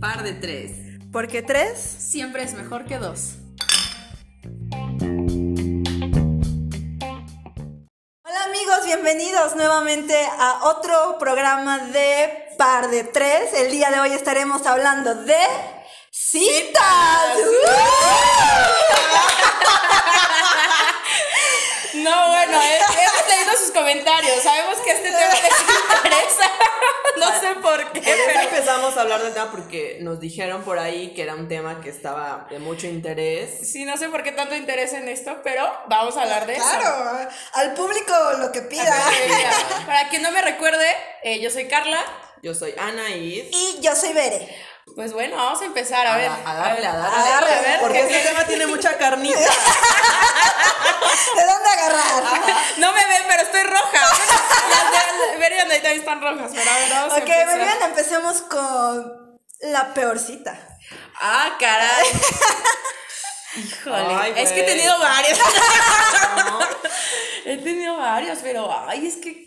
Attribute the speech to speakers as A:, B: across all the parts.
A: Par de tres.
B: Porque tres,
C: Siempre es mejor que dos.
B: Hola amigos, bienvenidos nuevamente a otro programa de Par de Tres. El día de hoy estaremos hablando de citas.
C: No, bueno, eh, hemos leído sus comentarios. Sabemos que este tema les interesa. No sé por qué,
A: Por eso
C: pero.
A: empezamos a hablar del tema porque nos dijeron por ahí que era un tema que estaba de mucho interés.
C: Sí, no sé por qué tanto interés en esto, pero vamos a hablar de eso.
B: Claro, ¡Uh! al público lo que pida.
C: Para quien no me recuerde, eh, yo soy Carla.
A: Yo soy Anaís.
B: Y yo soy Bere.
C: Pues bueno, vamos a empezar a, ver.
A: a darle, a darle,
B: a darle,
C: ver,
A: porque
C: ¿qué
A: este
C: tiene?
A: tema tiene mucha carnita.
B: ¿De dónde agarrar?
C: No me ven, pero estoy roja. Las de Ver y Andai también están rojas, pero a ver, vamos a
B: Ok, muy
C: empezar.
B: bien, empecemos con la peor cita.
C: Ah, caray. Híjole.
A: Ay,
C: es que he
A: güey.
C: tenido varios.
A: ¿no?
C: He tenido varios, pero ay, es que.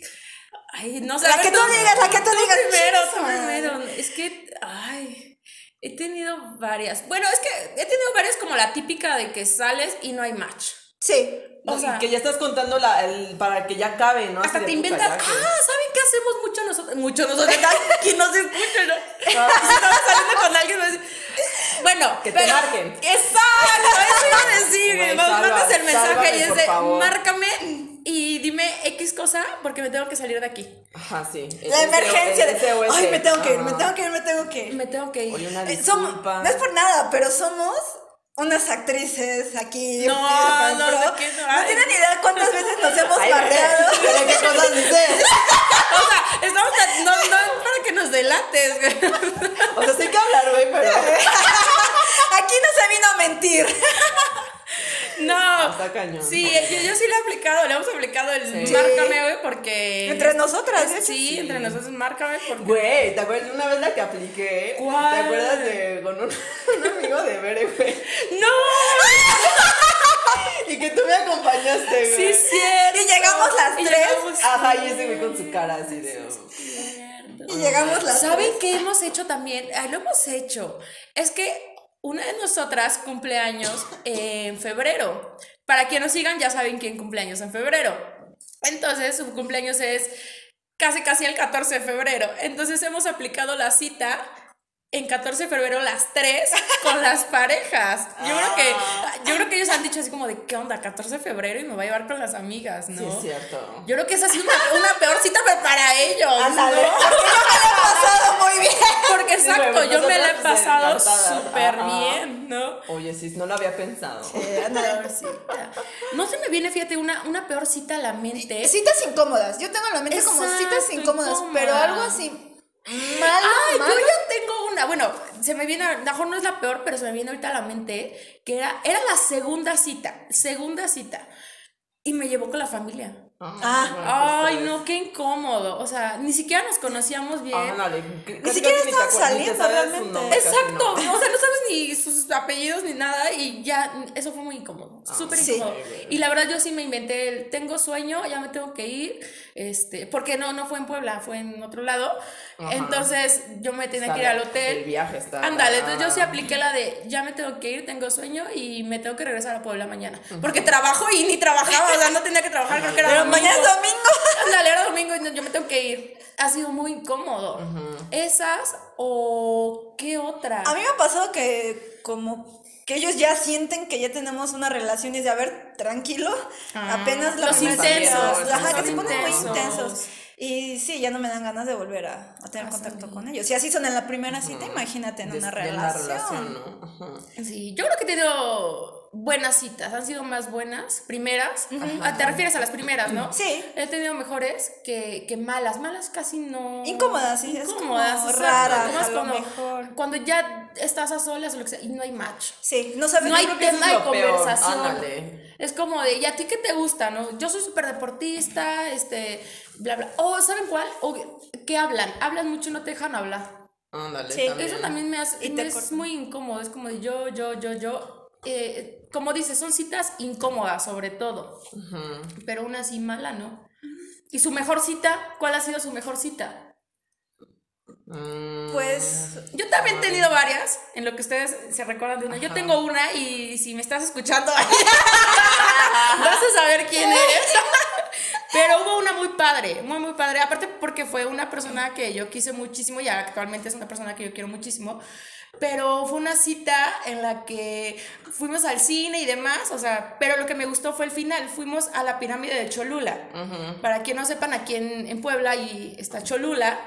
C: Ay, no sé.
B: La
C: a ver,
B: que tú digas, la que tú digas,
C: Primero, tú
B: chingas,
C: primero. Es que. Ay. He tenido varias. Bueno, es que he tenido varias como la típica de que sales y no hay match.
B: Sí.
C: O
A: Y
C: sea,
A: que ya estás contando la, el- para que ya cabe, ¿no?
C: hasta te inventas. Ah, ¿saben qué hacemos mucho nosotros? Mucho nosotros. Quien nos escucha, ¿no? Si estamos saliendo con alguien, nos dice, Bueno,
A: Ah. Que te marquen.
C: Exacto, eso iba a decir.
A: Güey,
C: nos
A: salva-
C: mandas el mensaje
A: sálvame,
C: y es
A: por
C: de
A: favor.
C: márcame y dime X cosa porque me tengo que salir de aquí.
A: Ajá, sí.
B: La emergencia de,
A: SOS.
B: ay, me tengo que ir, me
A: Ajá.
B: tengo que ir, me tengo que ir.
C: Me tengo que ir.
A: Oye, una
B: Eh, somos-
A: disculpa.
B: no es por nada, pero somos unas actrices aquí.
C: No,
B: en
C: no,
B: Pro.
C: ¿de qué no
B: no
C: hay?
B: tienen idea cuántas veces nos hemos
A: Ay,
B: barreado.
A: pero qué cosas dices.
C: O sea, estamos a- no, no para que nos delates. güey.
A: O sea, sí hay que hablar, güey, pero
B: Aquí no se vino a mentir.
C: No.
A: Ah, Está cañón.
C: Sí, yo, yo sí le he aplicado, le hemos aplicado el
A: Sí.
C: márcame, güey, porque.
B: Entre nosotras, ¿eh?
C: Sí, entre nosotros márcame porque.
A: Güey, ¿te acuerdas de una vez la que apliqué?
C: ¿Cuál?
A: ¿Te acuerdas de con un, un amigo de Bere, güey?
C: ¡No!
A: Y que tú me acompañaste, güey.
C: Sí, es cierto.
B: Y llegamos las
C: Y
B: tres.
C: llegamos-
A: Ajá, y ese güey con su cara así de. "Oh,
B: Y llegamos las
C: ¿Saben
B: tres.
C: qué hemos hecho también? Ah, lo hemos hecho. Es que una de nosotras cumple años en febrero. Para quien nos sigan, ya saben quién cumple años en febrero. Entonces, su cumpleaños es casi, casi el 14 de febrero. Entonces, hemos aplicado la cita en 14 de febrero las tres con las parejas. Yo creo
A: Ah.
C: que, yo creo que ellos han dicho así como de, ¿qué onda? 14 de febrero y me va a llevar con las amigas, ¿no?
A: Sí, es cierto.
C: Yo creo que esa ha sido una, una peor cita pero para ellos.
B: Ándale.
C: ¿no?
B: Porque yo me la he pasado muy bien.
C: Porque
A: Sí,
C: exacto,
A: güey,
C: yo me la he
A: nosotras
C: pasado
A: encantadas.
C: súper
A: Ajá.
C: bien, ¿no?
A: Oye, sí, no lo había pensado.
C: Peor cita. No se me viene, fíjate, una, una peor cita a la mente.
B: Eh, Citas incómodas. Yo tengo en la mente como
C: Exacto,
B: citas incómodas,
C: incómoda.
B: pero algo así malo,
C: Ay,
B: malo.
C: yo ya tengo una. Bueno, se me viene, a lo mejor no es la peor, pero se me viene ahorita a la mente que era, era la segunda cita, segunda cita. Y me llevó con la familia.
B: Ah.
A: bueno, pues,
C: Ay, no, qué incómodo. O sea, ni siquiera nos conocíamos bien.
A: Ándale. Ni
B: siquiera
A: te
B: estaban
A: acuer- ni te
B: saliendo
A: sabes su
B: realmente.
A: nombre, casi,
C: Exacto,
A: ¿no?
C: o sea, no sabes ni sus apellidos ni nada y ya, eso fue muy incómodo, súper
B: sí.
C: incómodo. Y la verdad yo sí me inventé el, tengo sueño, ya me tengo que ir, este, porque no, no fue en Puebla, fue en otro lado,
A: Ajá.
C: entonces yo me tenía que ir
A: Está-
C: al hotel.
A: El viaje Ah. está.
C: Ándale, entonces yo sí
A: apliqué
C: apliqué la de ya me tengo que ir, tengo sueño y me tengo que regresar a Puebla mañana. Porque trabajo y ni trabajaba, o sea, no tenía que trabajar, creo que era
B: Pero
C: domingo.
B: mañana es domingo.
C: Ándale, era domingo y no, yo me tengo que ir. Ha sido muy incómodo. ¿Esas o qué otra?
B: A mí me ha pasado que como que ellos ya sienten que ya tenemos una relación y es de, a ver, tranquilo,
C: Ah,
B: apenas lo
C: los
B: primero que
C: intensos,
B: hacemos".
A: los
B: Ajá, que se
A: son
B: ponen muy
A: intensos.
B: intensos. Y sí, ya no me dan ganas de volver a, a tener
C: A
B: contacto
C: salir.
B: con ellos. Si así son en la primera cita, imagínate en una relación.
A: ¿no? Ajá.
C: Sí, yo creo que he tenido buenas citas, han sido más buenas, primeras. Ah, Te refieres a las primeras, ¿no?
B: Sí.
C: He tenido mejores que, que malas. Malas casi no.
B: Incómodas, sí, es como
C: exacto.
B: raras,
C: Más
B: a lo mejor.
C: Cuando ya estás a solas o lo que sea, y no hay match.
B: Sí, no sabes.
C: No hay
B: yo creo que
C: tema
A: es
C: de
A: lo peor,
C: conversación.
A: ándale.
C: Es como de, ¿y a ti qué te gusta? ¿No? Yo soy súper deportista, este, bla, bla. O, ¿saben cuál? O, ¿Qué hablan? Hablan mucho y no te dejan hablar.
A: Ándale.
B: Sí,
C: Eso también me hace,
B: Y
C: me
B: te
C: es
B: cortan.
C: muy incómodo, es como de yo, yo, yo, yo. Eh, como dices, son citas incómodas sobre todo,
A: Ujú.
C: pero una así mala, ¿no? ¿Y su mejor cita? ¿Cuál ha sido su mejor cita?
A: Mm,
B: Pues
C: Yo también he tenido varias, en lo que ustedes se recuerdan de una. Yo
A: Ajá.
C: tengo una y si me estás escuchando, vas a saber quién eres. Pero hubo una muy padre, muy, muy padre. Aparte porque fue una persona que yo quise muchísimo y actualmente es una persona que yo quiero muchísimo. Pero fue una cita en la que fuimos al cine y demás, o sea, pero lo que me gustó fue el final. Fuimos a la pirámide de Cholula.
A: ujú.
C: Para quien no sepan, aquí en, en Puebla y está Cholula,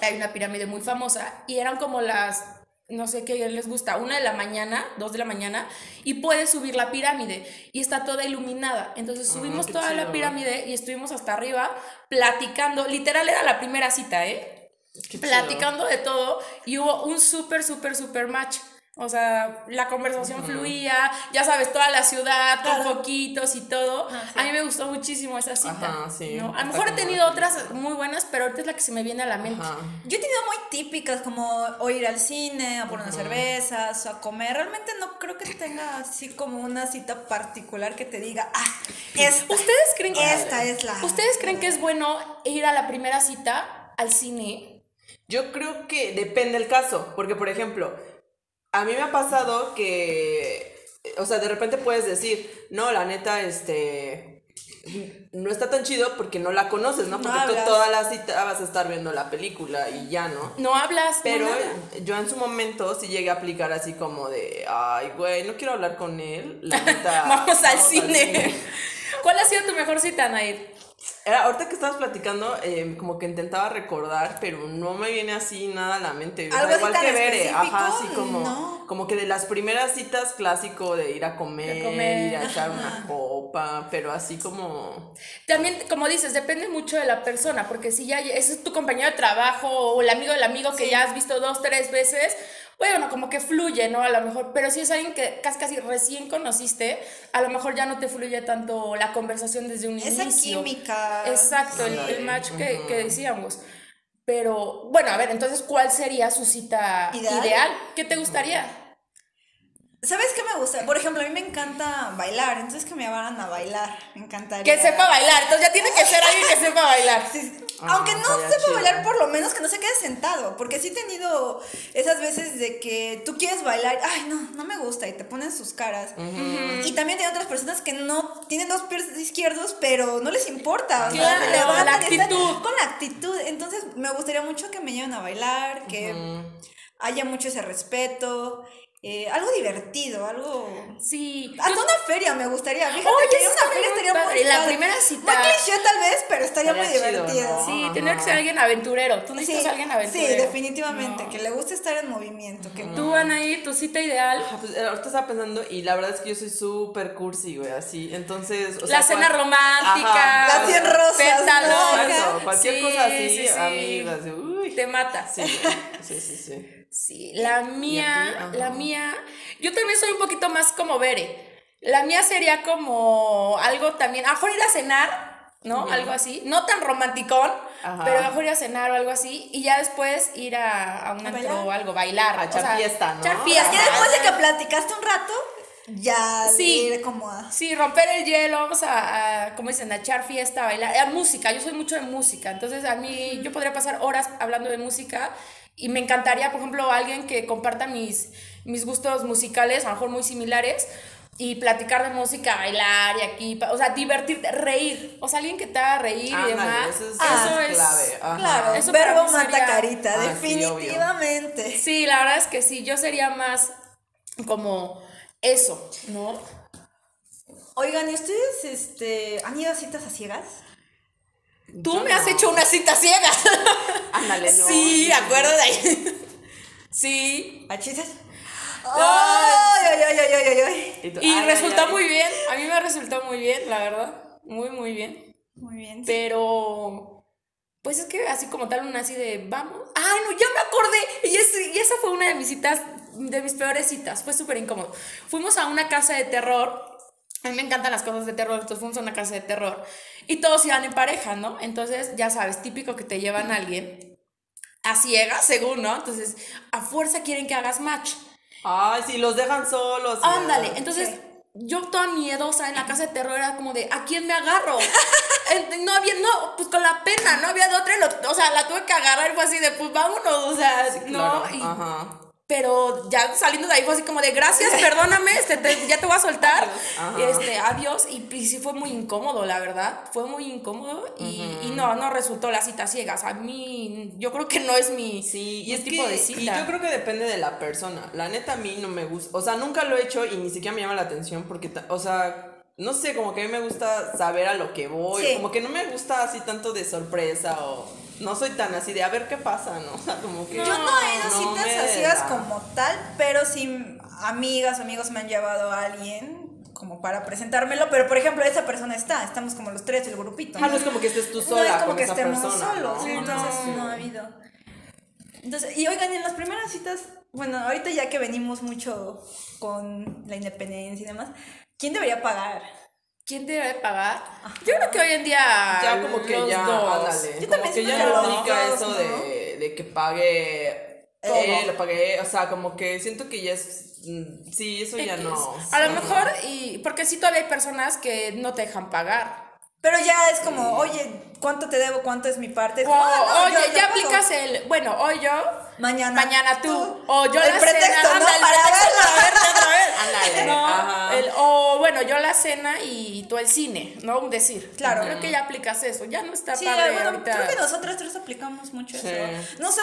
C: hay una pirámide muy famosa y eran como las, no sé qué les gusta, una de la mañana, dos de la mañana, y puedes subir la pirámide y está toda iluminada. Entonces
A: Ah,
C: subimos
A: qué
C: toda la
A: chido.
C: pirámide y estuvimos hasta arriba platicando, literal era la primera cita, ¿eh?
A: Qué chido.
C: platicando de todo y hubo un súper, súper, súper match. O sea, la conversación fluía, ya sabes, toda la ciudad, con foquitos y todo. A mí me gustó muchísimo esa cita.
A: Ah, Ajá, sí,
C: ¿no? A
A: está
C: lo mejor he
A: como
C: tenido
A: una
C: otras muy buenas, pero ahorita es la que se me viene a la mente.
A: Ajá.
B: yo he tenido muy típicas como o ir al cine, o por unas cervezas, o a comer. Realmente no creo que tenga así como una cita particular que te diga, ah, esta,
C: ¿Ustedes creen que
B: esta es la...
C: ¿Ustedes creen que es bueno ir a la primera cita al cine?
A: Yo creo que depende el caso, porque por ejemplo, a mí me ha pasado que, o sea, de repente puedes decir, no, la neta, este, no está tan chido porque no la conoces, ¿no?
B: No
A: Porque tú
B: hablas.
A: toda la cita vas a estar viendo la película y ya, ¿no?
C: No hablas. no
A: Pero
C: nada.
A: yo en su momento sí llegué a aplicar así como de, ay, güey, no quiero hablar con él, la neta.
C: Vamos al cine. ¿Cuál ha sido tu mejor cita, Nair?
A: Era, ahorita que estabas platicando, eh, como que intentaba recordar, pero no me viene así nada a la mente. O sea,
B: Algo así
A: igual
B: tan
A: que Bere,
B: específico,
A: ajá, así como,
B: no.
A: como que de las primeras citas clásico de ir a comer,
C: De comer,
A: ir a echar una copa, pero así como.
C: También, como dices, depende mucho de la persona, porque si ya ese es tu compañero de trabajo o el amigo del amigo que ya has visto dos, tres veces, bueno, como que fluye, ¿no? A lo mejor, pero si es alguien que casi, casi recién conociste, a lo mejor ya no te fluye tanto la conversación desde un
B: Esa
C: inicio.
B: química.
C: Exacto, el,
A: Ándale.
C: el match que,
A: Ujú.
C: que decíamos. Pero, bueno, a ver, entonces, ¿cuál sería su cita
B: ¿Ideal?
C: ideal? ¿Qué te gustaría?
B: ¿Sabes qué me gusta? Por ejemplo, a mí me encanta bailar, entonces que me llevaran a bailar, me encantaría.
C: Que sepa bailar, entonces ya tiene que ser alguien que sepa bailar.
B: Sí,
A: Ah,
B: Aunque no
A: estaría
B: sepa
A: chido.
B: bailar, por lo menos que no se quede sentado, porque sí he tenido esas veces de que tú quieres bailar, ay no, no me gusta, y te ponen sus caras. Y también hay otras personas que no tienen dos pies izquierdos, pero no les importa. o sea,
C: Claro,
B: se levantan
C: la
B: y están
C: actitud.
B: Con la actitud. Entonces me gustaría mucho que me lleven a bailar, que
A: mm,
B: haya mucho ese respeto, eh, algo divertido, algo...
C: Sí.
B: Hasta una feria me gustaría. Fíjate
C: Oye,
B: que
C: eso
B: una
C: estaría
B: feria
C: muy
B: estaría muy
C: padre, la
B: padre.
C: primera cita.
B: Muy cliché tal vez, pero estaría, muy
A: Estaría chido,
B: divertido.
A: ¿no?
C: Sí,
A: Ajá.
C: tendría que ser alguien aventurero. Tú necesitas alguien aventurero.
B: sí, definitivamente.
C: No.
B: Que le guste estar en movimiento. Que
C: Tú, Anaí, tu cita ideal.
A: ah, pues, eh, ahorita estaba pensando, y la verdad es que yo soy súper cursi, güey, así. Entonces. o
C: la
A: sea,
C: cena
A: cual-
C: romántica.
A: Ajá.
B: Las cien rosas,
C: pétalos.
B: ¿no?
A: Exacto,
B: romántica.
A: cualquier
C: Sí,
A: cosa así,
C: sí, sí.
A: amigas, uy.
C: Te mata.
A: Sí, sí, sí, sí.
C: Sí, la
A: a
C: mía,
A: ti? Ajá.
C: la mía. Yo también soy un poquito más como Bere. La mía sería como algo también, a lo mejor ir a cenar, ¿no? Algo así. No tan romanticón,
A: Ajá.
C: pero a lo mejor ir a cenar o algo así. Y ya después ir a, a un antro
B: bailar?
C: o algo, bailar.
A: A echar fiesta, ¿no?
C: echar
B: Y es
C: fiesta.
B: que después de que platicaste un rato, ya
C: Sí.
B: ir como "Ah, a.
C: Sí, romper el hielo, vamos a, a, como dicen, a echar fiesta, a bailar, a música, yo soy mucho de música, entonces a mí yo podría pasar horas hablando de música y me encantaría, por ejemplo, alguien que comparta mis, mis gustos musicales, a lo mejor muy similares, y platicar de música, bailar y aquí, pa- o sea, divertirte, reír, o sea, alguien que te haga reír y
A: Ándale,
C: demás.
A: eso es-
B: eso
A: es clave, ajá.
B: Claro,
C: eso para
B: verbo
C: mí
B: mata
C: sería-
B: carita,
A: Ah, sí,
B: definitivamente.
C: Sí, la verdad es que sí, yo sería más como eso, ¿no?
B: Oigan, ¿y ustedes este, han ido a citas a ciegas?
C: Tú
A: Yo
C: me has
A: no.
C: hecho una cita ciega.
A: Ándale, no.
C: Sí, de acuerdo de ahí. Sí.
B: ¿A chistes? ¡Ay, ay, ay, ay, ay, ay!
A: tú,
C: Y
A: ay,
C: resultó
A: ay, ay.
C: muy bien. A mí me resultó muy bien, la verdad. Muy, muy bien.
B: Muy bien.
C: Pero. Pues es que así como tal, una así de vamos. ¡Ay, no! Ya me acordé. Y, es- y esa fue una de mis citas, de mis peores citas. Fue súper incómodo. Fuimos a una casa de terror. A mí me encantan las cosas de terror, entonces fuimos a una casa de terror. Y todos iban en pareja, ¿no? Entonces, ya sabes, típico que te llevan a alguien a ciegas, según, ¿no? Entonces, a fuerza quieren que hagas match.
A: Ay, sí, los dejan solos.
C: Ándale,
A: ya.
C: entonces
B: Sí.
C: yo toda miedosa en la casa de terror era como de, ¿a quién me agarro? Ent- no había, no, pues con la pena, no había de otra, lo- o sea, la tuve que agarrar y fue así de, pues vámonos, o sea, no,
A: Claro,
C: y-
A: Ajá.
C: pero ya saliendo de ahí fue así como de, gracias, perdóname, este, te- ya te voy a soltar,
A: Ajá.
C: este, adiós, y, y sí fue muy incómodo, la verdad, fue muy incómodo, y, y no, no resultó la cita ciegas, a mí, yo creo que no es mi,
A: Sí, y
C: mi
A: es
C: tipo
A: que-
C: de
A: Y
C: cita.
A: yo creo que depende de la persona. La neta a mí no me gusta. O sea, nunca lo he hecho y ni siquiera me llama la atención porque, ta- o sea, no sé, como que a mí me gusta saber a lo que voy.
B: Sí.
A: Como que no me gusta así tanto de sorpresa o no soy tan así de a ver qué pasa, ¿no? O sea, como que...
B: Yo no he ido a
A: no
B: citas
A: me
B: a ciegas
A: da.
B: como tal, pero sí amigas o amigos me han llevado a alguien como para presentármelo, pero por ejemplo, esa persona está, estamos como los tres, el grupito.
A: Ah, no es como que estés tú sola
B: no es como
A: con
B: que
A: esa
B: estemos
A: persona,
B: solos,
A: ¿no?
B: sí,
A: Ajá,
B: entonces
A: sí.
B: no ha habido. Entonces, y oigan, y en las primeras citas, bueno, ahorita ya que venimos mucho con la independencia y demás, ¿quién debería pagar?
C: ¿Quién debe pagar? Yo creo que hoy en día
A: Ya como que
C: los
A: ya,
C: dos.
A: ándale.
B: Yo
A: como
B: también
A: que
B: siento
A: ya
B: que
A: no
B: los
A: aplica
B: dos,
A: eso
B: ¿no? Eh,
A: de, de que pague
B: Todo.
A: él, lo pague, o sea, como que siento que ya es mm, sí, eso ya
C: X.
A: no.
C: A
A: sí.
C: lo mejor, y porque sí todavía hay personas que no te dejan pagar.
B: Pero ya es como, oye, ¿cuánto te debo? ¿Cuánto es mi parte? Es
C: O,
B: como,
A: Oh,
B: ah, no,
C: oye,
B: yo- yo
C: ya
B: pago.
C: aplicas el, bueno, hoy yo,
B: Mañana,
C: mañana tú, o yo
B: el
C: la
B: pretexto,
C: cena,
B: ¿no?
C: ándale, el
B: Para
C: pretexto,
B: verla.
C: para verte otra vez.
A: Ándale,
C: No,
A: Eh, ajá.
C: el- o bueno, yo la cena y tú el cine, ¿no? Un decir.
B: Claro.
C: Creo que ya aplicas eso, ya no está
B: Sí,
C: padre
B: bueno,
C: ahorita.
B: creo que nosotras tres aplicamos mucho
A: Sí.
B: eso. No sé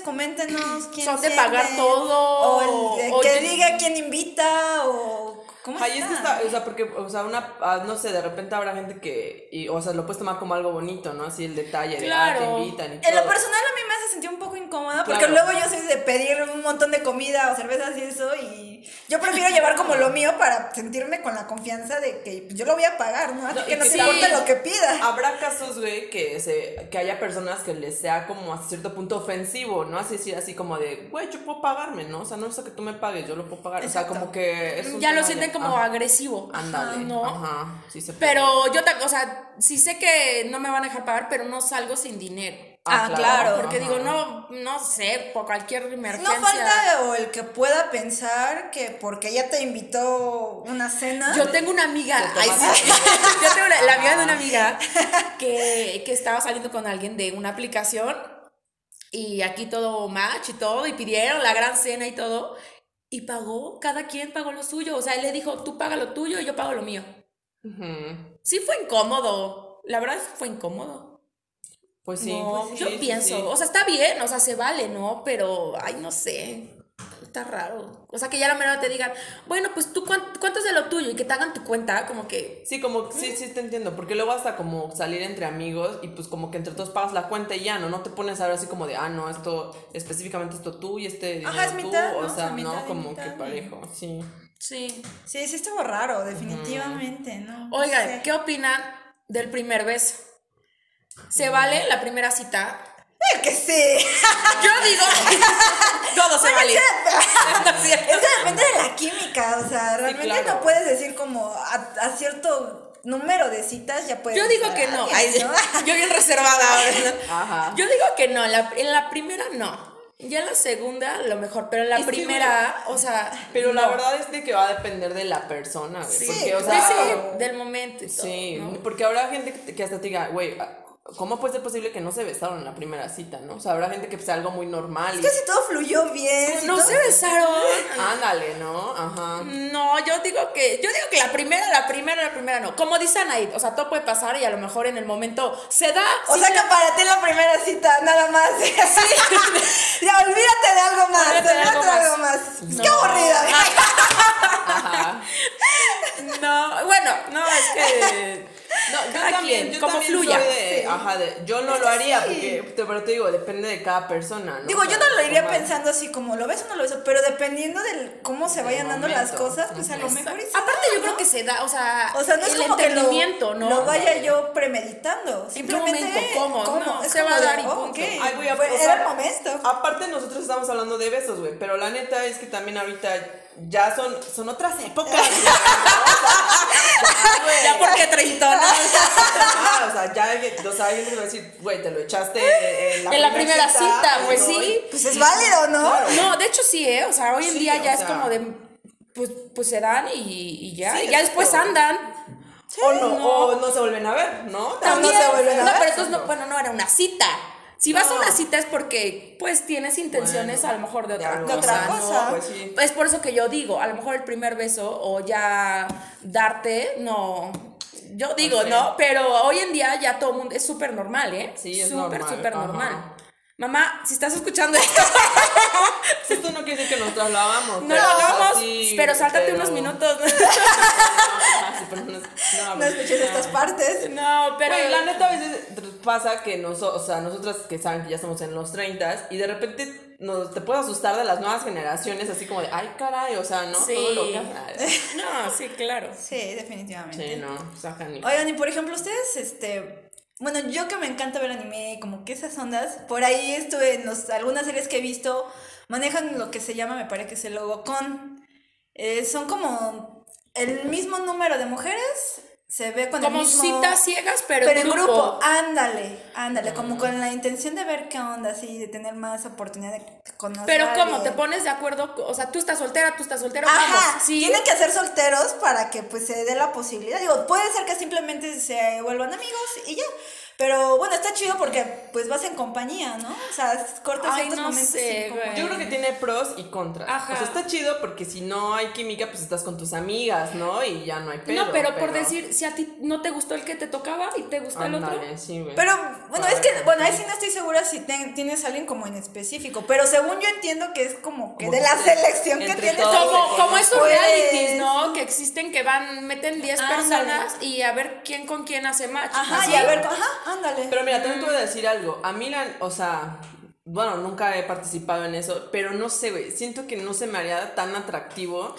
B: coméntenos quién
C: Son de
B: cede,
C: pagar todo,
B: O el de
C: o
B: que
C: yo-
B: diga quién invita, o cómo
A: Ay, es que
B: está?
A: está, o sea, porque, o sea, una, ah, no sé, de repente habrá gente que, y, o sea, lo puedes tomar como algo bonito, ¿no? Así el detalle de, ah, te
C: Claro.
A: invitan y todo.
B: En lo personal a mí me hace sentir un poco incómoda porque
A: Claro.
B: luego yo soy de pedir un montón de comida o cervezas y eso y yo prefiero llevar como lo mío para sentirme con la confianza de que yo lo voy a pagar, ¿no? Así
A: No, y
B: que no
A: que
B: te
A: tal-
B: importa lo que pida.
A: Habrá casos, güey, que, se, que haya personas que les sea como a cierto punto ofensivo, ¿no? Así, así, así como de, güey, yo puedo pagarme, ¿no? O sea, no es que tú me pagues, yo lo puedo pagar. O
B: Exacto.
A: sea, como que es un
C: ya lo
A: tema
C: sienten
A: de-
C: como
A: ajá,
C: agresivo.
A: Ándale,
C: ¿no?
A: ajá, sí se puede.
C: Pero yo también, o sea, sí sé que no me van a dejar pagar, pero no salgo sin dinero.
B: Ah, claro,
C: Porque
A: ajá.
C: digo, no, no sé, por cualquier
B: No
C: emergencia.
B: falta o el que pueda pensar que porque ella te invitó una cena.
C: Yo tengo una amiga,
A: Te
C: ay,
A: tomas-
C: sí. yo tengo la, la amiga de una amiga que, que estaba saliendo con alguien de una aplicación y aquí todo match y todo, y pidieron la gran cena y todo, y pagó, cada quien pagó lo suyo, o sea, él le dijo, tú paga lo tuyo y yo pago lo mío.
A: Ujú.
C: Sí fue incómodo, la verdad fue incómodo.
A: Pues sí.
C: No,
A: pues sí,
C: yo
A: sí,
C: pienso,
A: sí.
C: o sea, está bien, o sea, se vale, ¿no? Pero, ay, no sé, está raro. O sea, que ya a la mera te digan, bueno, pues tú, cuán- ¿cuánto es de lo tuyo? Y que te hagan tu cuenta, como que...
A: Sí, como, sí, sí te entiendo, porque luego hasta como salir entre amigos y pues como que entre todos pagas la cuenta y ya, ¿no? No te pones a ver así como de, ah, no, esto, específicamente esto tú y este dinero
B: Ajá, es
A: tú,
B: mitad, ¿no? O
A: o
B: sea,
A: sea, no,
B: mitad y
A: como
B: mitad.
A: que parejo, sí.
C: Sí.
B: Sí, sí estuvo raro, definitivamente, ¿no? No
C: Oigan,
B: sé.
C: ¿qué opinan del primer beso? ¿Se vale la primera cita?
B: Eh, que sí.
C: Yo digo, todo se vale. No es cierto.
B: Es que depende de la química, o sea, realmente
A: claro.
B: no puedes decir como a, a cierto número de citas ya puedes.
C: Yo digo
B: besar
C: que
B: a
C: no.
B: alguien,
C: Ay,
B: ¿no?
C: yo bien reservada. ¿verdad?
A: Ajá.
C: Yo digo que no, la- en la primera no. Ya en la segunda, a lo mejor, pero en la
A: Es que,
C: primera, o sea.
A: Pero la
C: no.
A: verdad es de que va a depender de la persona, güey.
B: Sí,
A: porque, o
C: Sí,
A: sea,
C: sí, del momento. y todo,
A: sí,
C: ¿no?
A: porque habrá gente que- que hasta te diga, güey, ah, ¿cómo puede ser posible que no se besaron en la primera cita, no? O sea, habrá gente que sea algo muy normal
B: Es
A: y...
B: que si todo fluyó bien.
A: Pues,
B: si
C: No
B: todo-
C: se besaron.
A: Ándale, ¿no? Ajá.
C: No, yo digo que, yo digo que la primera, la primera, la primera no. Como dice Anaid, o sea, todo puede pasar y a lo mejor en el momento se da.
B: O
C: sí,
B: sea que para ti la primera cita, nada más. ya olvídate de algo más.
C: Olvídate de
B: Olvídate
C: algo
B: de algo
C: más.
B: más. Qué aburrida.
A: Ajá.
C: No, bueno, no, es que.
A: No, yo
C: Cada
A: también,
C: quien,
A: yo
C: como
A: también
C: fluya.
A: soy de- ajá, de- yo no lo haría,
B: sí.
A: porque, te- pero te digo, depende de cada persona, ¿no?
B: Digo,
A: O
B: yo
A: sea,
B: no lo iría
A: normal.
B: pensando así como lo ves o no lo ves, pero dependiendo del cómo se vayan dando las
A: momento.
B: cosas, pues a lo mejor. y sí,
C: Aparte, yo
B: ¿no?
C: creo que se da, o sea,
B: O sea, no es
C: el
B: como que lo,
C: entendimiento, ¿no?
B: lo vaya yo premeditando.
C: qué
B: Simplemente,
C: momento? ¿Cómo? No,
B: Es
C: se
B: como
C: va a
B: de,
C: dar y
B: oh,
C: punto.
B: ok,
A: Ay, güey,
B: fue-
A: o sea,
B: era el momento.
A: Aparte, nosotros estamos hablando de besos, güey, pero la neta es que también ahorita ya son, son otras épocas, güey, ¿no? O sea, güey,
C: Ya porque treintona.
A: ah, o sea, ya hay, o sea, hay gente que va a decir, güey, te lo echaste en la,
C: En la primera cita,
A: y
C: pues
A: no,
C: sí.
B: Pues es válido, ¿no?
A: Claro.
C: No, de hecho sí, ¿eh? O sea, hoy en
A: Sí,
C: día ya
A: o
C: es
A: sea.
C: como de pues, pues se dan y, y ya.
A: Sí,
C: y ya
A: exacto.
C: después andan.
A: o no,
C: no.
A: o no se vuelven a ver, ¿no?
C: También,
A: no se vuelven a
C: no,
A: ver.
C: pero entonces no, bueno, no era una cita. Si vas a
A: No.
C: una cita es porque pues tienes intenciones a lo mejor de otra
A: algo.
C: cosa.
B: De otra
C: ¿no?
B: cosa.
A: No, pues sí.
C: Es por eso que yo digo, a lo mejor el primer beso o ya darte, no. Yo digo,
A: sé.
C: ¿no? Pero hoy en día ya todo el mundo es súper normal, ¿eh?
A: Sí, es
C: Súper,
A: normal,
C: súper
A: ajá.
C: normal. Mamá, si estás escuchando esto,
A: Esto no quiere decir que nos trasladamos.
C: no lo hagamos,
A: sí,
C: pero sáltate
A: pero-
C: unos minutos.
A: Ah, sí, pero no, no,
B: No escuches
A: no.
B: estas partes.
C: no, pero.
A: Güey, la neta a veces pasa que nosotros, o sea, nosotras que saben que ya estamos en los 30 y de repente nos, te puedes asustar de las nuevas generaciones, así como de, ay, caray, o sea, ¿no?
C: Sí.
A: Todo lo que hacen".
C: No, sí, claro.
B: Sí, definitivamente.
A: Sí, no, sacan y...
B: Oigan, y por ejemplo, ustedes, este. Bueno, yo que me encanta ver anime, como que esas ondas, por ahí estuve en los- algunas series que he visto, manejan lo que se llama, me parece que es el logocon. Eh, son como el mismo número de mujeres, se ve con
C: Como
B: el mismo...
C: citas ciegas, pero,
B: pero
C: en grupo. Ah.
B: ándale, ándale, como con la intención de ver qué onda, así, de tener más oportunidad de conocer.
C: Pero
B: a
C: ¿cómo? ¿Te
B: alguien.
C: pones de acuerdo? O sea, tú estás soltera, tú estás soltero,
B: Ajá,
C: vamos. Sí.
B: tienen que ser solteros para que pues se dé la posibilidad. Digo, puede ser que simplemente se vuelvan amigos y ya. Pero bueno, está chido porque pues vas en compañía, ¿no? O sea, es- cortas
C: Ay,
B: ciertos
C: no
B: momentos
C: sé,
B: en compañía.
C: güey.
A: Yo creo que tiene pros y contras.
C: pues- Ajá.
A: O sea, está chido porque si no hay química, pues estás con tus amigas, ¿no? Y ya no hay pedo.
C: no, pero, por decir, si a ti no te gustó el que te tocaba y te gustó el otro.
A: Ándale, sí, güey.
B: Pero bueno, es que bueno, ahí sí no estoy segura si te- tienes a alguien como en específico, pero según yo entiendo que es como que
A: Como
B: de la
A: que-
B: selección que
A: entre
B: tienes.
A: todos se
C: Como, como esos
B: Pues-
C: realities, ¿no? Que existen, que van, meten 10
B: Ándale.
C: personas y a ver quién con quién hace match.
B: Ajá,
C: Así.
B: y a ver, ajá, ándale.
A: Pero mira, también te voy a decir algo. A mí, la- o sea, bueno, nunca he participado en eso, pero no sé, güey. Siento que no se me haría tan atractivo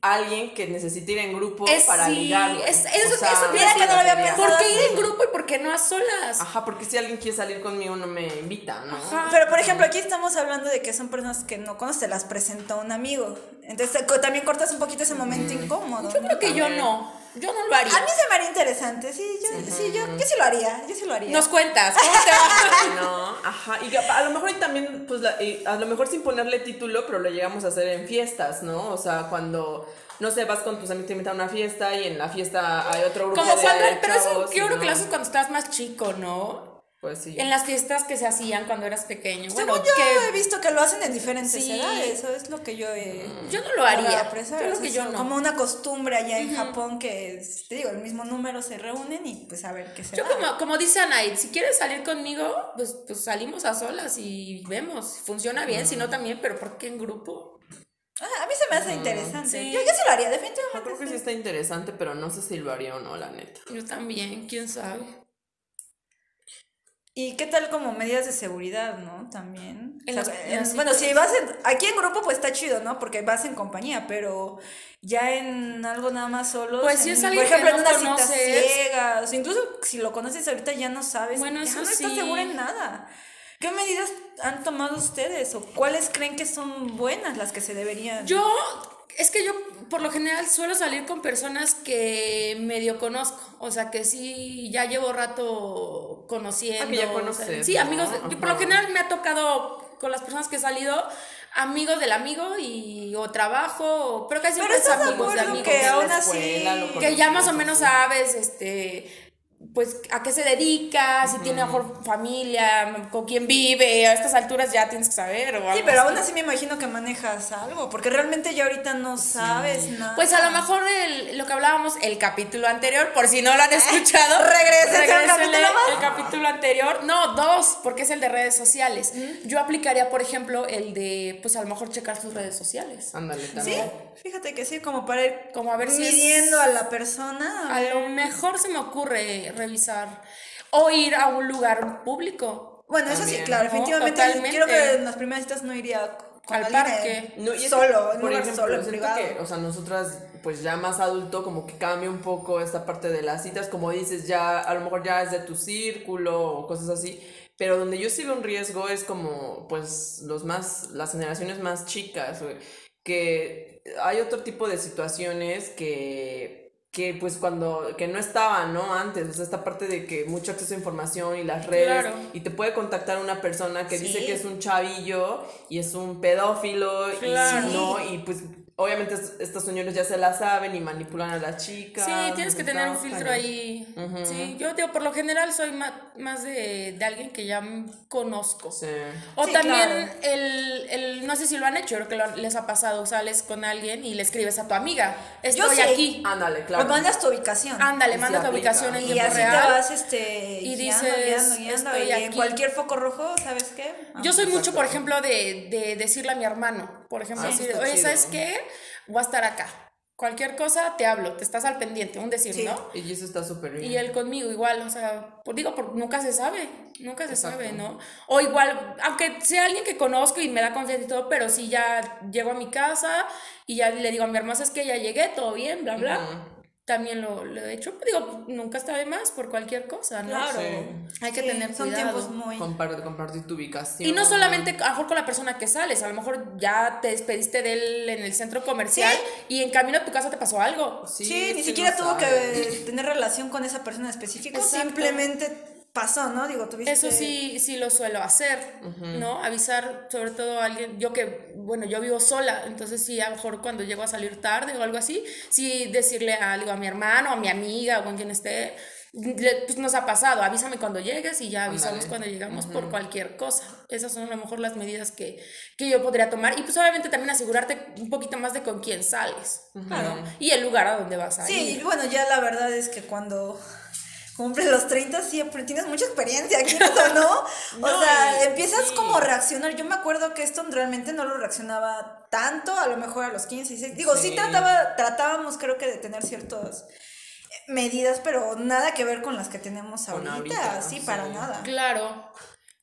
A: alguien que necesite ir en grupo
C: Es-
A: para
C: sí,
A: ligar. güey.
C: es-
A: O
C: eso-
A: sea,
C: eso
B: mira que no lo había
A: sería-
B: pensado.
C: ¿Por qué ir en grupo y por qué no a solas?
A: Ajá, porque si alguien quiere salir conmigo no me invita, ¿no?
C: Ajá.
B: Pero por ejemplo, aquí estamos hablando de que son personas que no conoces, te las presentó un amigo. Entonces co- también cortas un poquito ese momento incómodo.
C: Yo creo que yo
A: También.
C: no. Yo no lo haría.
B: A mí se me haría interesante, sí, yo sí, yo, yo sí lo haría, yo sí lo haría.
C: Nos cuentas. ¿Cómo te va?
A: No, ajá. Y capaz- a lo mejor y también, pues, la- y a lo mejor sin ponerle título, pero lo llegamos a hacer en fiestas, ¿no? O sea, cuando, no sé, vas con tus amigos, te invitan a una fiesta y en la fiesta hay otro grupo
C: Como
A: de
C: cuando. Pero eso
A: chavos y
C: yo creo
A: no.
C: que lo haces cuando estás más chico, ¿no?
A: Pues sí.
C: En las fiestas que se hacían cuando eras pequeño.
B: Según
C: bueno,
B: yo he
C: que
B: visto que lo hacen en diferentes
C: Sí.
B: edades, eso es lo que yo he
C: yo no lo haría.
B: logrado
C: Yo
B: apreciar,
C: creo
B: o
C: que
B: sea,
C: yo no.
B: Como una costumbre allá en Japón que es, te digo, el mismo número se reúnen y pues a ver qué se
C: Yo
B: da.
C: como, como dice Anaid, si quieres salir conmigo, pues, pues salimos a solas y vemos. Si Funciona bien, si
A: Ah.
C: no también, pero ¿por qué en grupo?
B: Ah, a mí se me hace interesante.
C: sí.
B: Yo, yo sí lo haría,
A: Yo
B: definitivamente.
A: creo que sí está interesante, pero no sé si lo haría o no, la neta.
C: Yo también, quién sabe.
B: ¿Y qué tal como medidas de seguridad, no? También.
C: En
B: O sea,
C: las-
B: en-
C: las
B: bueno,
C: citas.
B: si vas en, aquí en grupo, pues está chido, ¿no? Porque vas en compañía, pero ya en algo nada más solo.
C: Pues, si es alguien
B: Por
C: que
B: ejemplo,
C: no
B: en unas citas
C: conoces.
B: ciegas. Incluso si lo conoces ahorita ya no sabes.
C: Bueno,
B: ya
C: eso
B: no estás
C: sí.
B: segura en nada. ¿Qué medidas han tomado ustedes? ¿O cuáles creen que son buenas las que se deberían?
C: Yo, es que yo por lo general suelo salir con personas que medio conozco, o sea que sí, ya llevo rato conociendo.
A: Ah, que ya
C: o sea,
A: conoces,
C: sí,
A: ¿no?
C: amigos, de- yo por lo
A: Ajá.
C: general me ha tocado con las personas que he salido, amigos del amigo y o trabajo, o- pero casi
B: Pero
C: siempre es
B: estás de
C: amigos de
B: acuerdo
C: amigos.
B: que
A: de la
B: aún así.
A: escuela, lo
C: Que ya más o
A: conocidos,
C: menos
A: sí.
C: sabes, este, pues, a qué se dedica, si tiene mejor familia, con quién vive, a estas alturas ya tienes que saber. O
B: Sí,
C: algo
B: pero
C: así.
B: aún así me imagino que manejas algo, porque realmente ya ahorita no sabes nada.
C: Pues a lo mejor el- lo que hablábamos el capítulo anterior, por si no lo han escuchado,
B: Regresen,
C: regrésenle
B: ¿un Eh, capítulo más?
C: el capítulo anterior. No, dos, porque es el de redes sociales. Yo aplicaría, por ejemplo, el de, pues a lo mejor checar sus redes sociales.
B: Ah.
A: Ándale,
B: Sí,
A: también.
B: fíjate que sí, como para ir
C: Como a ver si es-
B: midiendo a la persona.
C: A lo mejor se me ocurre revisar o ir a un lugar público.
B: Bueno, eso sí,
A: También,
B: claro,
C: ¿no?
B: definitivamente
C: Totalmente.
B: quiero que en las primeras citas no iría con
C: Al
B: alguien
C: parque.
B: en-
A: No, y es que,
B: solo, en un
A: por
B: lugar
A: ejemplo,
B: solo, en
A: siento
B: privado.
A: que, o sea, nosotras, pues ya más adulto, como que cambia un poco esta parte de las citas, como dices, ya a lo mejor ya es de tu círculo o cosas así, pero donde yo sí veo un riesgo es como, pues, los más, las generaciones más chicas, güey, que hay otro tipo de situaciones que que pues cuando que no estaba no antes o sea esta parte de que mucho acceso a información y las redes
C: Claro.
A: y te puede contactar una persona que dice
B: Sí.
A: que es un chavillo y es un pedófilo y
C: Claro.
A: no, y pues obviamente est- estas señores ya se la saben y manipulan a las chicas.
C: Sí, tienes que tener un
A: está
C: filtro
A: cañón.
C: ahí. Sí, yo digo, por lo general soy ma- más de, de alguien que ya m- conozco.
A: Sí.
C: O
B: Sí,
C: también
B: claro.
C: el, el- no sé si lo han hecho, creo que lo- les ha pasado, sales con alguien y le escribes a tu amiga, estoy
B: sí.
C: aquí,
A: Ándale,
B: Claro.
A: claro.
B: Pues mandas tu ubicación.
C: ándale,
A: Y
C: manda
A: se
C: tu
A: aplica.
C: ubicación en
B: y
C: tiempo
B: así
C: real.
B: te vas este,
C: Y
B: guiando,
C: dices,
B: guiando, guiando,
C: "Estoy
B: y en
C: aquí".
B: cualquier foco rojo, ¿sabes qué? Ah,
C: Yo soy mucho, por ejemplo, de, de decirle a mi hermano, por ejemplo,
A: Ah,
C: así
A: está
C: de, oye,
A: chido.
C: ¿sabes qué? Voy a estar acá. Cualquier cosa, te hablo, te estás al pendiente, un decir,
B: Sí.
C: ¿no?
A: Y eso está súper bien.
C: Y él conmigo igual, o sea, por- digo, por- nunca se sabe, nunca se
A: Exacto.
C: sabe, ¿no? O igual, aunque sea alguien que conozco y me da confianza y todo, pero sí ya llego a mi casa y ya le digo a mi hermana, es que ya llegué, todo bien, bla, bla.
A: Ujú.
C: También lo, lo he hecho, digo, nunca está de más por cualquier cosa, ¿no?
B: Claro.
A: Sí.
C: Hay que
B: Sí,
C: tener
B: Son
C: cuidado.
B: tiempos muy...
A: Compar- compartir tu ubicación.
C: Y no solamente a lo mejor con la persona que sales, a lo mejor ya te despediste de él en el centro comercial y en camino a tu casa te pasó algo.
B: Sí,
A: es
B: ni
A: que
B: siquiera
A: no
B: tuvo
A: sabes.
B: que tener relación con esa persona específica,
C: Exacto.
B: simplemente pasó, ¿no? Digo, tuviste...
C: Eso sí, sí lo suelo hacer, ¿no? Avisar sobre todo a alguien, yo que, bueno, yo vivo sola, entonces sí, a lo mejor cuando llego a salir tarde o algo así, sí decirle a, digo, a mi hermano, a mi amiga o a quien esté, le- pues nos ha pasado, avísame cuando llegues y ya avisamos
A: Ándale.
C: cuando llegamos por cualquier cosa. Esas son a lo mejor las medidas que, que yo podría tomar y pues obviamente también asegurarte un poquito más de con quién sales,
B: Claro.
C: ¿no? Y el lugar a donde vas a
B: Sí,
C: ir.
B: bueno, ya la verdad es que cuando cumples los 30 siempre tienes mucha experiencia, quieras o no. O
A: No,
B: sea,
A: y-
B: empiezas
A: sí.
B: como a reaccionar. Yo me acuerdo que esto realmente no lo reaccionaba tanto, a lo mejor a los 15, 16. Digo, sí,
A: Sí.
B: trataba, tratábamos creo que de tener ciertas medidas, pero nada que ver con las que tenemos
A: Con
B: ahorita.
A: ahorita,
B: sí,
A: sí.
B: para nada.
C: Claro.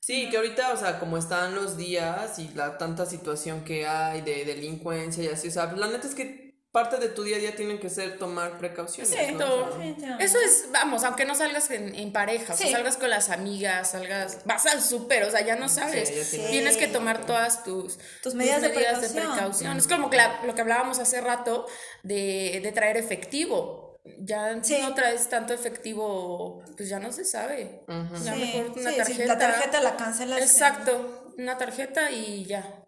A: Sí, que ahorita, o sea, como están los días y la tanta situación que hay de delincuencia y así, o sea, la neta es que parte de tu día a día tienen que ser tomar precauciones. ¿no?
C: Exacto.
A: O sea,
C: Eso es, vamos, aunque no salgas en, en pareja, o
B: Sí.
C: sea, salgas con las amigas, salgas, vas al súper, o sea, ya no sabes.
A: ya tienes-
C: Tienes que
B: Sí.
C: tomar todas tus,
B: medidas de precaución.
C: Es como que la- lo que hablábamos hace rato de, de traer efectivo. Ya
B: Sí.
C: no traes tanto efectivo, pues ya no se sabe.
A: Ujú.
C: Ya
B: Sí,
C: mejor una
B: sí, sí,
C: tarjeta.
B: la tarjeta la cancelas.
C: Exacto, una tarjeta y ya.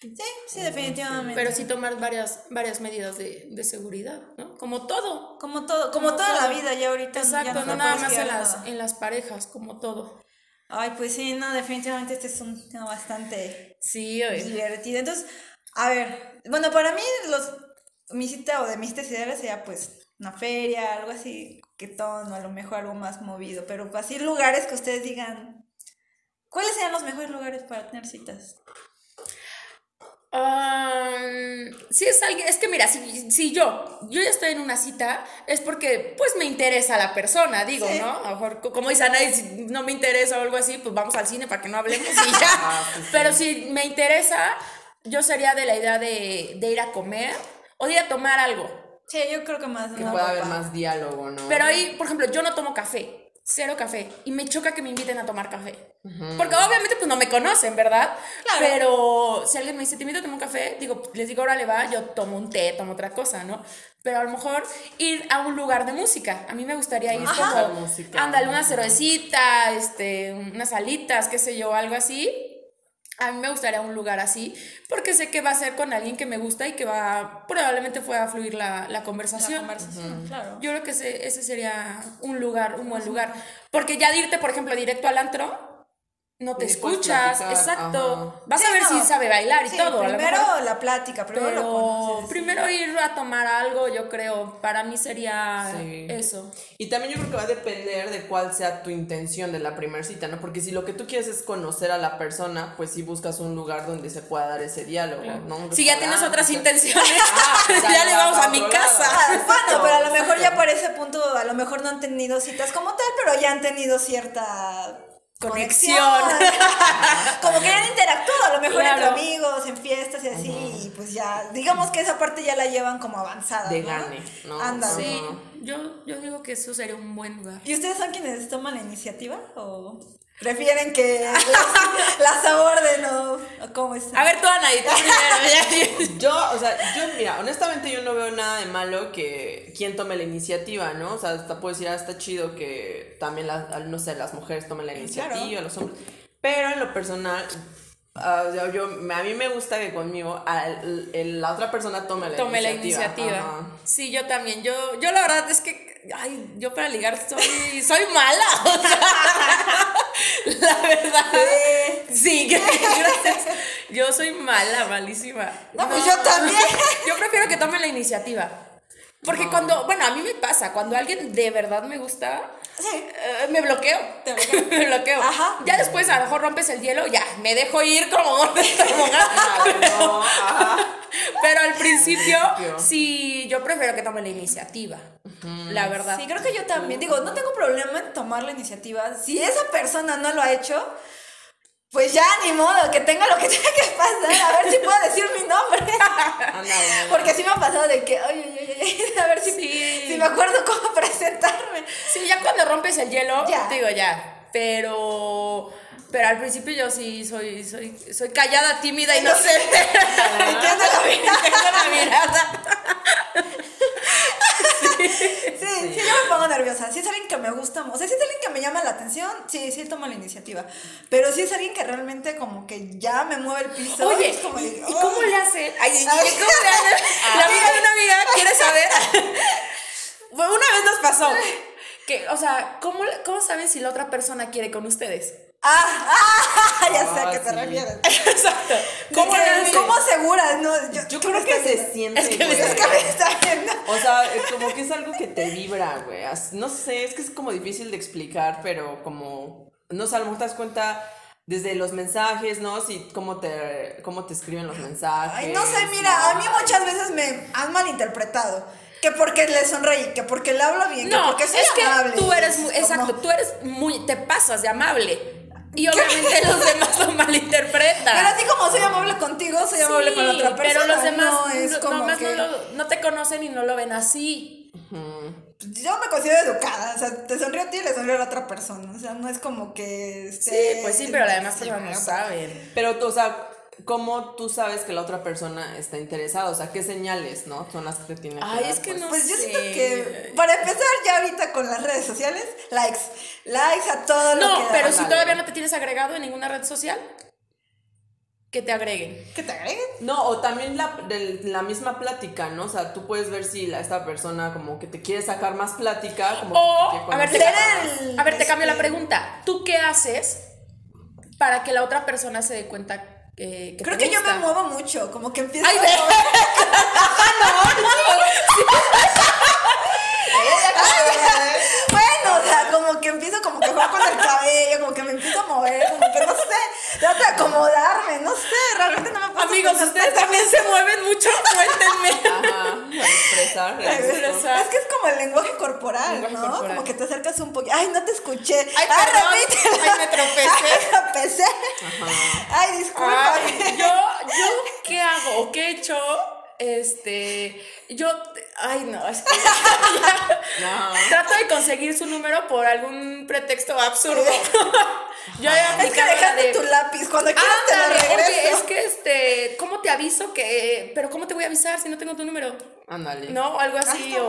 B: Sí, sí, definitivamente.
C: Pero sí tomar varias, varias medidas de, de seguridad, ¿no? Como todo.
B: Como todo, como,
C: Como
B: toda la
C: todo.
B: vida ya ahorita. ya
C: Exacto,
B: te
C: no nada
B: puedes
C: más
B: fiar
C: en
B: de
C: las,
B: nada.
C: en las parejas, como todo.
B: Ay, pues sí, no, definitivamente este es un tema bastante
C: Sí,
B: Pues
C: oye.
B: divertido. Entonces, a ver, bueno, para mí los mi cita o de mis citas ideales sería pues una feria, algo así, coquetón, o a lo mejor algo más movido, pero así lugares que ustedes digan, ¿cuáles serían los mejores lugares para tener citas?
C: Um, si es alguien, es que mira, si, si yo, yo ya estoy en una cita, es porque pues me interesa la persona, digo,
B: Sí.
C: ¿no? A lo mejor, co- como dice Ana, si no me interesa o algo así, pues vamos al cine para que no hablemos y ya.
A: Ah, sí, sí.
C: Pero si me interesa, yo sería de la idea de, de ir a comer o de ir a tomar algo.
B: Sí, yo creo que más
A: Que
B: una
A: pueda haber
B: ropa.
A: más diálogo, ¿no?
C: Pero ahí, por ejemplo, yo no tomo café, cero café, y me choca que me inviten a tomar café. Porque obviamente pues no me conocen, ¿verdad?
B: Claro.
C: Pero si alguien me dice, te invito a tomar un café, digo, les digo, órale va, yo tomo un té, tomo otra cosa, ¿no? Pero a lo mejor ir a un lugar de música. A mí me gustaría ir
A: Ajá.
C: como,
A: Música.
C: ándale, una cervecita, este, unas alitas, qué sé yo, algo así. A mí me gustaría un lugar así, porque sé que va a ser con alguien que me gusta y que va, probablemente pueda fluir la, la
B: La
C: conversación.
B: conversación, claro.
C: Yo creo que ese, ese sería un lugar, un buen lugar. Porque ya de irte, por ejemplo, directo al antro, no te
A: Ni puedes
C: escuchas.
A: platicar,
C: Exacto.
A: ajá.
C: Vas a
B: Sí,
C: ver si
B: no.
C: sabe bailar y
B: Sí,
C: todo. a lo
B: Primero
C: mejor,
B: la plática, primero lo
C: pero
B: conoces.
C: primero ir a tomar algo, yo creo. Para mí sería
A: Sí.
C: eso.
A: Y también yo creo que va a depender de cuál sea tu intención de la primera cita, ¿no? Porque si lo que tú quieres es conocer a la persona, pues sí buscas un lugar donde se pueda dar ese diálogo, ¿no? Un
C: Si ya tienes
A: restaurante,
C: otras
A: o sea,
C: intenciones,
A: Ah, ya
C: ya le
A: vas
C: vamos
A: a
C: a mi
A: otro
C: casa.
A: lado.
B: Ah, bueno,
A: Exacto,
B: pero a lo mejor ya
A: exacto.
B: por ese punto, a lo mejor no han tenido citas como tal, pero ya han tenido cierta
C: Conexión.
B: como que ya han interactuado, a lo mejor
C: Claro.
B: entre amigos, en fiestas y así, y pues ya, digamos que esa parte ya la llevan como avanzada.
A: De
B: ¿no?
A: gane, ¿no?
B: Ándale.
C: Sí, yo, yo digo que eso sería un buen lugar.
B: ¿Y ustedes son quienes toman la iniciativa o prefieren que las, las aborden o, o cómo es?
A: Ah,
C: A ver, tú, Ana, y tú primero. ya.
A: Yo, o sea, yo, mira, honestamente yo no veo nada de malo que quien tome la iniciativa, ¿no? O sea, hasta puedo decir, ah, está chido que también, las, no sé, las mujeres tomen la iniciativa, los hombres. Pero en lo personal, ah, yo, yo- a mí me gusta que conmigo al- el- la otra persona tome la
C: Tomé la
A: iniciativa.
C: iniciativa.
A: Ajá.
C: Sí, yo también. Yo, yo la verdad es que, ay, yo para ligar soy, soy mala. o sea, la verdad. Sí, gracias. Yo soy mala, malísima.
B: No, pues yo también.
C: Yo prefiero que tomen la iniciativa. Porque cuando, bueno, a mí me pasa, cuando alguien de verdad me gusta,
B: Sí.
C: eh, me bloqueo.
B: Te bloqueas.
C: me bloqueo.
B: Ajá.
C: Ya después a lo mejor rompes el hielo, ya, me dejo ir como gorda en tobogán.
A: No, ajá.
C: Pero al principio,
A: principio.
C: sí, yo prefiero que tome la iniciativa. La verdad.
B: Sí, creo que yo también. Digo, no tengo problema en tomar la iniciativa. Si esa persona no lo ha hecho, pues ya ni modo, que tenga lo que tenga que pasar. A ver si puedo decir mi nombre.
A: Anda, güey.
B: Porque sí me ha pasado de que, ay, ay, ay, ay, a ver si,
C: Sí.
B: si me acuerdo cómo presentarme.
C: Sí, ya cuando rompes el hielo,
B: Ya.
C: digo ya. Pero. Pero al principio yo sí soy, soy, soy callada, tímida, inocente. Ah.
B: Entiendo la vida.
C: Tengo la mirada.
B: Sí, sí, yo me pongo nerviosa. Si es alguien que me gusta, o sea, si es alguien que me llama la atención, sí, sí tomo la iniciativa. Pero si es alguien que realmente como que ya me mueve el piso.
C: Oye,
B: es como
C: ¿y,
B: de,
C: y
B: "Ay".
C: cómo le hacen? Ay, ¿y cómo
B: Ay.
C: le hacen? La amiga de una amiga quiere saber. Bueno, Una vez nos pasó. Que, o sea, ¿cómo, ¿cómo saben si la otra persona quiere con ustedes?
B: Ah, ah, ya sé a qué te
A: Ah, sí.
B: refieres.
C: Exacto. ¿Cómo
B: ¿Cómo,
C: le hacen?
B: ¿Cómo aseguras? No, yo,
A: Yo creo que se siente.
C: Es que
A: güey.
B: Es que me está viendo.
A: O sea, eh, como que es algo que te vibra, güey. As- No sé, es que es como difícil de explicar, pero como, no sé, a lo mejor te das cuenta desde los mensajes, ¿no? Si cómo te, cómo te escriben los mensajes.
B: Ay, no sé, mira, a mí muchas veces me han malinterpretado. Que porque le sonreí, que porque le hablo bien, que
C: No,
B: porque soy
C: es que
B: amable.
C: tú eres,
B: Es
C: muy,
B: como-
C: exacto, tú eres muy, te pasas de amable. Y obviamente los demás lo malinterpretan.
B: Pero así como soy amable contigo, soy amable con la
C: Sí,
B: otra persona.
C: Pero los demás
B: no, es
C: no-
B: como
C: nomás
B: que-
C: no, lo- no te conocen y no lo ven así.
B: Yo me considero educada, o sea, te sonrío a ti y le sonrío a la otra persona. O sea, no es como que.
C: Sí, pues sí, pero además
B: sí,
C: demás personas no
B: pero-
C: saben.
A: Pero tú, o sea, ¿cómo tú sabes que la otra persona está interesada? O sea, ¿qué señales, no? Son las que te tienen
C: Ay,
A: dar,
C: es que
A: pues.
C: no
B: Pues yo
C: sé.
B: siento que, para empezar ya ahorita con las redes sociales, likes, likes a todo lo que
C: No,
B: da.
C: pero si
A: ándale.
C: todavía no te tienes agregado en ninguna red social, que te agreguen.
B: Que te agreguen.
A: No, o también la, de la misma plática, ¿no? O sea, tú puedes ver si la, esta persona como que te quiere sacar más plática, como que
C: O,
A: te
C: a ver, te,
A: quiere conocer
B: conocer.
C: a ver, te cambio la
B: Este-
C: pregunta. ¿Tú qué haces para que la otra persona se dé cuenta que, que
B: Creo
C: te
B: que yo me
C: gusta?
B: muevo mucho, como que empiezo
C: Ay,
B: a-
C: ve. Ah,
B: Bueno, o sea, como que empiezo como que jugar con el cabello, como que me empiezo a mover, como que no sé, trato de acomodarme, no sé, realmente no me pasa
C: Amigos,
B: cosas
C: ustedes también se mueven mucho, cuéntenme.
A: Ajá, para expresar. el
B: Ay,
A: gusto.
B: pero Es que es como el lenguaje corporal,
C: Lenguaje
B: ¿no?
C: corporal.
B: Como que te acercas un poquito. Ay, no te escuché.
C: Ay,
B: Ay,
C: perdón.
B: repítelo.
C: Ay, me tropecé.
B: Ay, tropecé. Ay, disculpa.
C: Ay, yo, yo, ¿qué hago? ¿O ¿Qué he hecho? Este, yo, ay no, es que
A: No.
C: trato de conseguir su número por algún pretexto absurdo. yo he
B: Es que
C: aplicado la
B: dejaste
C: de-
B: tu lápiz. Cuando quieras te lo
C: Ándale,
B: regreso.
C: oye, es que este, ¿cómo te aviso que, pero cómo te voy a avisar si no tengo tu número?
A: Ándale.
C: ¿No? O algo así, o,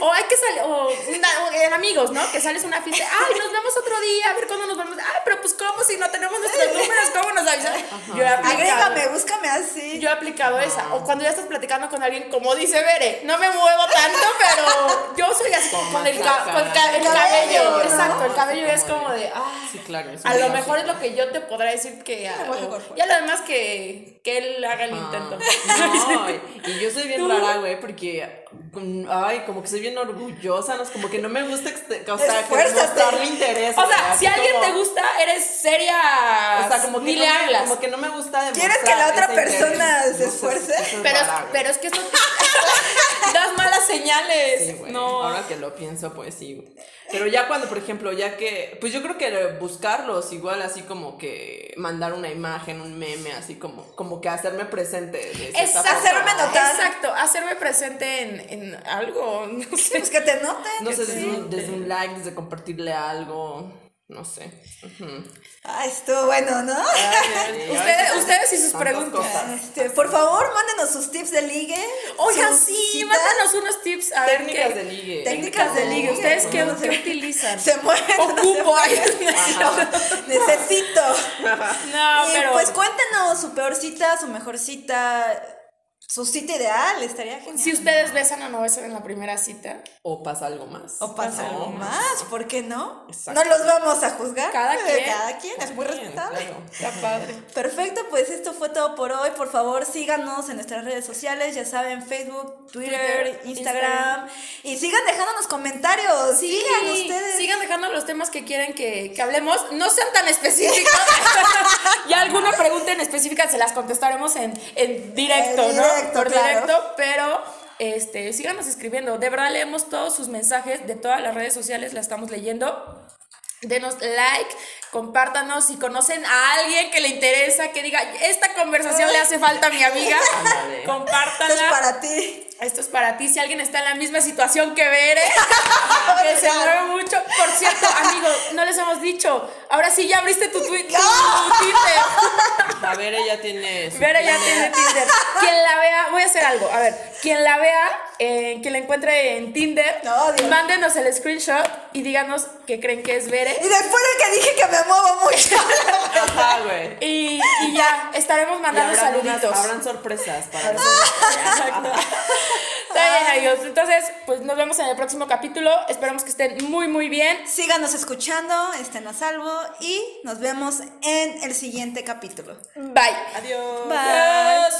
C: o hay que salir, o, una- o en amigos, ¿no? Que sales a una fiesta, ay, nos vemos otro día, a ver cuándo nos vamos, ay, pero pues cómo si no tenemos nuestros números, ¿cómo nos avisas? Yo he aplicado.
B: Agrégame, búscame así.
C: Yo he aplicado esa. O cuando ya estás platicando con alguien, como dice Bere, no me muevo tanto, pero yo soy así como con el, ca- con ca- el cabello.
B: Cabello, ¿no?
C: Exacto, el cabello es como de, ah,
A: Sí, claro. es
C: a
A: un
C: lo
A: clásico.
C: mejor es lo que yo te podrá decir que. ah,
B: Lenguaje
C: o-
B: corporal.
C: y a lo demás que, que él haga el intento.
A: Ah, No, y yo soy bien
C: Tú.
A: rara, güey, porque, mm, ay, como que soy bien orgullosa, no es como que no me gusta exte- o sea, que
B: Esfuérzate.
A: mostrarle interés.
C: O
A: güey,
C: sea,
A: así
C: si alguien
A: como-
C: te gusta, eres seria.
A: o sea, como que,
C: ni
A: no,
C: le
A: me-
C: hablas.
A: como que no me gusta
B: ¿Quieres
A: demostrar
B: que la otra
A: ese interés.
B: persona se
A: No sé,
B: esfuerce?
A: eso es
C: pero, es,
A: rara, güey.
C: pero es que esto. das malas señales.
A: Sí, güey,
C: no.
A: Ahora que lo pienso, pues sí. güey. Pero ya cuando, por ejemplo, ya que. Pues yo creo que buscarlos, igual así como que mandar una imagen, un meme, así como, como que hacerme presente. de cierta
C: Exacto,
A: forma,
B: hacerme
A: ¿no?
B: notar.
C: Exacto, hacerme presente en, en algo, no sé.
B: Pues que te noten.
A: No sé,
B: que
A: desde
B: sí.
A: un, desde un like, desde compartirle algo. No sé. Ujú.
B: Ay, estuvo bueno, ¿no?
A: Sí,
C: Ustedes,
A: ahorita
C: ustedes y sus
A: tantas
C: preguntas.
A: cosas.
B: Este, por favor, mándenos sus tips de ligue.
C: Oigan,
B: sus
C: sí,
B: citas.
C: mándanos unos tips a ver
A: Técnicas
C: qué-
A: de ligue.
B: técnicas de ligue.
C: ¿Ustedes qué,
B: No sé.
C: qué utilizan?
B: Se mueven.
C: Ocupo. ay.
B: Necesito.
C: no,
B: Y,
C: pero
B: pues cuéntenos no, su peor cita, su mejor cita, su cita ideal, estaría
A: Pues,
B: genial.
C: Si ustedes besan o no besan en la primera cita,
A: O pasa algo más.
B: O pasa algo más, ¿por qué no?
A: Pues Exacto.
B: No los vamos a juzgar.
C: Cada
B: eh,
C: quien.
B: Cada quien, es muy
A: Bien,
B: respetable.
A: claro.
C: está padre.
B: Perfecto, pues esto fue todo por hoy. Por favor, síganos en nuestras redes sociales, ya saben, Facebook, Twitter,
C: Twitter,
B: Instagram. Y sigan dejándonos comentarios. sigan
C: Sí,
B: ustedes.
C: Sigan dejando los temas que quieren que, que hablemos. No sean tan específicos. ya alguna pregunta en específica se las contestaremos en, en directo,
B: En
C: ¿no?
B: directo,
C: Por
B: claro.
C: directo, pero este, síganos escribiendo. De verdad leemos todos sus mensajes de todas las redes sociales, la estamos leyendo. Denos like, compártanos si conocen a alguien que le interesa, que diga, esta conversación le hace falta a mi amiga,
A: Ándale.
B: Esto es
C: compártanla.
B: para ti.
C: Esto es para ti, si alguien está en la misma situación que Bere, que se mueve mucho. Por cierto, amigo, no les hemos dicho. Ahora sí ya abriste tu, twi- tu Tinder.
A: A ver, ella tiene. su
C: Bere ya tiene
A: Tinder.
C: Tinder. Quien la vea, voy a hacer algo. A ver, quien la vea, eh, quien la encuentre en Tinder,
B: No, Dios.
C: mándenos el screenshot y díganos qué creen que es Bere.
B: Y después de que dije que me muevo mucho.
A: Ajá, güey.
C: Y, y ya, estaremos
A: Y
C: mandando
A: habrán, unas-
C: saluditos.
A: habrán sorpresas para eso.
C: Está bien, amigos. Entonces, pues nos vemos en el próximo capítulo. Esperamos que estén muy, muy bien.
B: Síganos escuchando, estén a salvo y nos vemos en el siguiente capítulo.
C: Bye.
A: Adiós.
B: Bye.